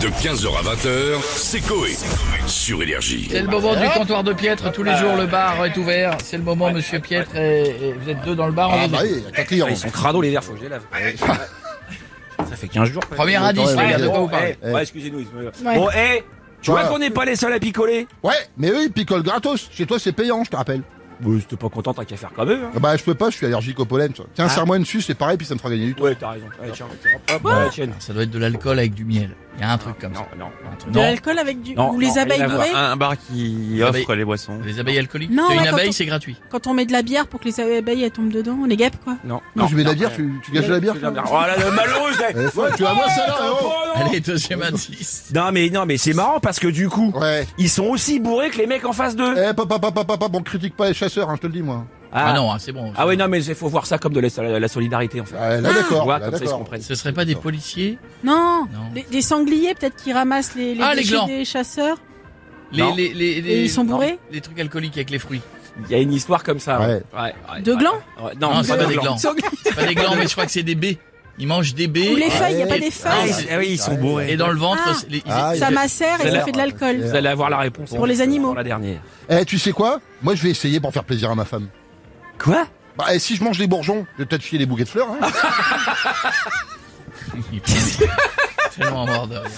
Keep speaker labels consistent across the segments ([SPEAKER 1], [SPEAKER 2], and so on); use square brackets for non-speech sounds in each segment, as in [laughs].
[SPEAKER 1] De 15h à 20h, c'est Coé. Sur Énergie.
[SPEAKER 2] C'est le moment du comptoir de Piètre. Tous les jours, le bar est ouvert. C'est le moment, monsieur Piètre. Et, et vous êtes deux dans le bar. on
[SPEAKER 3] Ah
[SPEAKER 2] est
[SPEAKER 3] bah
[SPEAKER 2] deux.
[SPEAKER 3] oui, il y a quatre clients.
[SPEAKER 4] Ils sont crado les verres, faut que je les lave. [laughs] Ça fait 15 jours.
[SPEAKER 2] Premier indice,
[SPEAKER 3] Ouais,
[SPEAKER 2] regarde de quoi
[SPEAKER 3] ouais.
[SPEAKER 2] vous parlez.
[SPEAKER 4] Ouais, excusez-nous. ils sont-
[SPEAKER 5] Ouais.
[SPEAKER 4] Bon, hé Tu vois
[SPEAKER 3] Ouais.
[SPEAKER 4] qu'on n'est pas les seuls à picoler
[SPEAKER 3] Ouais, mais eux ils picolent gratos. Chez toi c'est payant, je te rappelle.
[SPEAKER 4] Bon, si t'es pas content, t'as qu'à faire comme eux. hein.
[SPEAKER 3] Ah Bah je peux pas, je suis allergique au pollen. toi.
[SPEAKER 4] Ah.
[SPEAKER 3] Tiens, serre-moi une suce, c'est pareil, puis ça me fera gagner du temps.
[SPEAKER 4] Ouais, t'as raison. Allez, tiens, tiens, hop, hop, allez, tiens.
[SPEAKER 2] Ça doit être de l'alcool avec du miel. Il y a un truc comme
[SPEAKER 4] Non,
[SPEAKER 2] ça.
[SPEAKER 4] non.
[SPEAKER 2] Un truc-
[SPEAKER 5] De
[SPEAKER 2] Non,
[SPEAKER 5] l'alcool avec du.
[SPEAKER 4] Non,
[SPEAKER 5] ou
[SPEAKER 4] non,
[SPEAKER 5] les abeilles
[SPEAKER 4] rien à voir.
[SPEAKER 5] dorées
[SPEAKER 6] Un, un bar qui
[SPEAKER 2] Ah,
[SPEAKER 6] offre
[SPEAKER 2] mais-
[SPEAKER 6] les boissons.
[SPEAKER 2] les abeilles alcooliques.
[SPEAKER 5] Non,
[SPEAKER 2] C'est
[SPEAKER 5] là,
[SPEAKER 2] une
[SPEAKER 5] quand
[SPEAKER 2] abeille,
[SPEAKER 5] on-
[SPEAKER 2] c'est gratuit.
[SPEAKER 5] Quand on met de la bière pour que les abeilles elles tombent dedans, les guêpes quoi.
[SPEAKER 4] Non,
[SPEAKER 3] Non, tu mets de la bière,
[SPEAKER 4] ouais.
[SPEAKER 3] tu, tu gâches de la bière.
[SPEAKER 4] Tu gâches Oh là, le malheureux, c'est-
[SPEAKER 3] Eh, faut- tu vas voir ça là,
[SPEAKER 4] Oh,
[SPEAKER 3] héros.
[SPEAKER 4] non.
[SPEAKER 2] Allez, deuxième indice.
[SPEAKER 4] Non, mais, non, mais c'est marrant parce que du coup,
[SPEAKER 3] oh. Ouais.
[SPEAKER 4] ils sont aussi bourrés que les mecs en face d'eux.
[SPEAKER 3] Eh, papa, papa, papa, on critique pas les chasseurs, hein, je te le dis, moi.
[SPEAKER 2] Ah non, hein, c'est bon.
[SPEAKER 4] [laughs] Ah ouais, non, mais il faut voir ça comme de la, la solidarité en fait.
[SPEAKER 3] Ah, là,
[SPEAKER 5] Ah.
[SPEAKER 4] Tu
[SPEAKER 3] d'accord.
[SPEAKER 4] vois,
[SPEAKER 3] là,
[SPEAKER 4] comme ça ils se
[SPEAKER 3] d'accord.
[SPEAKER 4] comprennent.
[SPEAKER 2] Ce serait pas des policiers
[SPEAKER 5] Non,
[SPEAKER 2] Non.
[SPEAKER 5] Des, des sangliers peut-être qui ramassent les, les
[SPEAKER 2] Ah, les
[SPEAKER 5] déchets
[SPEAKER 2] glands.
[SPEAKER 5] des chasseurs.
[SPEAKER 2] les,
[SPEAKER 4] Non.
[SPEAKER 2] les, les, les-
[SPEAKER 5] Et ils sont
[SPEAKER 2] non,
[SPEAKER 5] bourrés
[SPEAKER 2] Les trucs alcooliques avec les fruits.
[SPEAKER 4] Il y a une histoire comme ça. hein.
[SPEAKER 3] Ouais.
[SPEAKER 4] ouais,
[SPEAKER 5] De
[SPEAKER 4] ouais.
[SPEAKER 5] glands
[SPEAKER 4] Ouais, Non,
[SPEAKER 2] Non, c'est pas
[SPEAKER 4] de
[SPEAKER 2] des glands. C'est pas des glands, mais je crois que c'est des baies. Ils mangent des baies.
[SPEAKER 5] Ou les feuilles, il a
[SPEAKER 3] ouais.
[SPEAKER 5] pas des
[SPEAKER 4] Ah,
[SPEAKER 5] feuilles.
[SPEAKER 4] ils- ah oui, ils sont bourrés.
[SPEAKER 2] Et dans le ventre,
[SPEAKER 5] Ah.
[SPEAKER 2] c'est- les- ils-
[SPEAKER 3] Ah,
[SPEAKER 5] ça macère et
[SPEAKER 4] c'est
[SPEAKER 5] ça
[SPEAKER 4] la-
[SPEAKER 5] fait de l'alcool.
[SPEAKER 2] euh,
[SPEAKER 4] Vous allez avoir la réponse. hein.
[SPEAKER 5] Pour les animaux.
[SPEAKER 4] Pour la dernière.
[SPEAKER 3] Eh, tu sais quoi Moi, je vais essayer pour faire plaisir à ma femme.
[SPEAKER 4] Quoi
[SPEAKER 3] Bah, eh, si je mange des bourgeons, je vais peut-être filer des bouquets de fleurs. Hein.
[SPEAKER 2] Il est tellement mort de rire.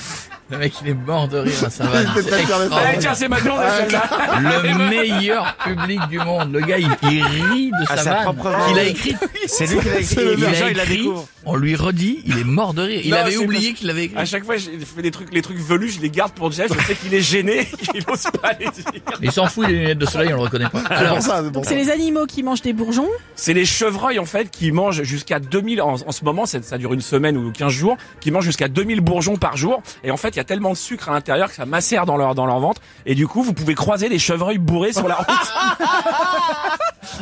[SPEAKER 2] Le mec, il est mort de rire à sa vanne.
[SPEAKER 3] Je peux pas
[SPEAKER 2] C'est
[SPEAKER 3] le faire, mais-
[SPEAKER 2] extraordinaire.
[SPEAKER 4] Allez, Ah, tiens, c'est maintenant
[SPEAKER 6] Ah,
[SPEAKER 4] la celle-là.
[SPEAKER 2] Le meilleur public du monde. Le gars, il, il rit de sa,
[SPEAKER 6] sa
[SPEAKER 2] vanne
[SPEAKER 6] propre vanne.
[SPEAKER 2] qu'il a écrite.
[SPEAKER 4] [laughs]
[SPEAKER 6] C'est lui qui l'a écrit.
[SPEAKER 2] Il
[SPEAKER 6] et les gens,
[SPEAKER 2] a
[SPEAKER 6] ils la
[SPEAKER 2] écrit,
[SPEAKER 6] découvrent.
[SPEAKER 2] on lui redit, il est mort de rire. Il
[SPEAKER 4] Non,
[SPEAKER 2] avait
[SPEAKER 4] c'est Ah,
[SPEAKER 2] oublié qu'il l'avait écrit.
[SPEAKER 4] À chaque fois, je fais des trucs, les trucs velus, je les garde pour Jeff. Je sais qu'il est gêné, [laughs] il n'ose pas les dire.
[SPEAKER 2] Il s'en fout des lunettes de soleil, on le reconnaît pas.
[SPEAKER 3] C'est
[SPEAKER 2] Alors,
[SPEAKER 3] pour ça, c'est pour
[SPEAKER 5] Donc
[SPEAKER 3] ça.
[SPEAKER 5] c'est les animaux qui mangent des bourgeons.
[SPEAKER 4] C'est les chevreuils, en fait, qui mangent jusqu'à 2000, en, en ce moment, c'est- ça dure une semaine ou 15 jours, qui mangent jusqu'à 2000 bourgeons par jour. Et en fait, il y a tellement de sucre à l'intérieur que ça macère dans leur, dans leur ventre. Et du coup, vous pouvez croiser des chevreuils bourrés sur
[SPEAKER 6] [laughs]
[SPEAKER 4] la route.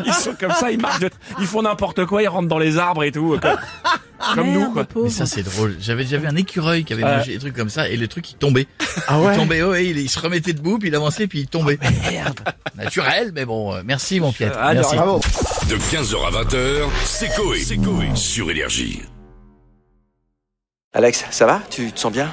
[SPEAKER 4] Ils sont comme ça, ils marchent, de- ils font n'importe quoi, ils rentrent dans les arbres et tout, euh, comme, comme
[SPEAKER 5] Ah, Merde,
[SPEAKER 4] nous, quoi.
[SPEAKER 5] pauvre.
[SPEAKER 2] mais ça c'est drôle. J'avais j'avais un écureuil qui avait
[SPEAKER 4] Ouais.
[SPEAKER 2] mangé des trucs comme ça et le truc il tombait.
[SPEAKER 4] Ah
[SPEAKER 2] Il tombait, oh, et il, il se remettait debout, puis il avançait, puis il tombait. Naturel, mais bon, euh, merci mon Piètre.
[SPEAKER 4] Ah, de
[SPEAKER 2] Merci.
[SPEAKER 4] rien.
[SPEAKER 3] Bravo.
[SPEAKER 1] De 15h à 20h, c'est Coé. Sur Énergie.
[SPEAKER 7] Alex, ça va Tu te sens bien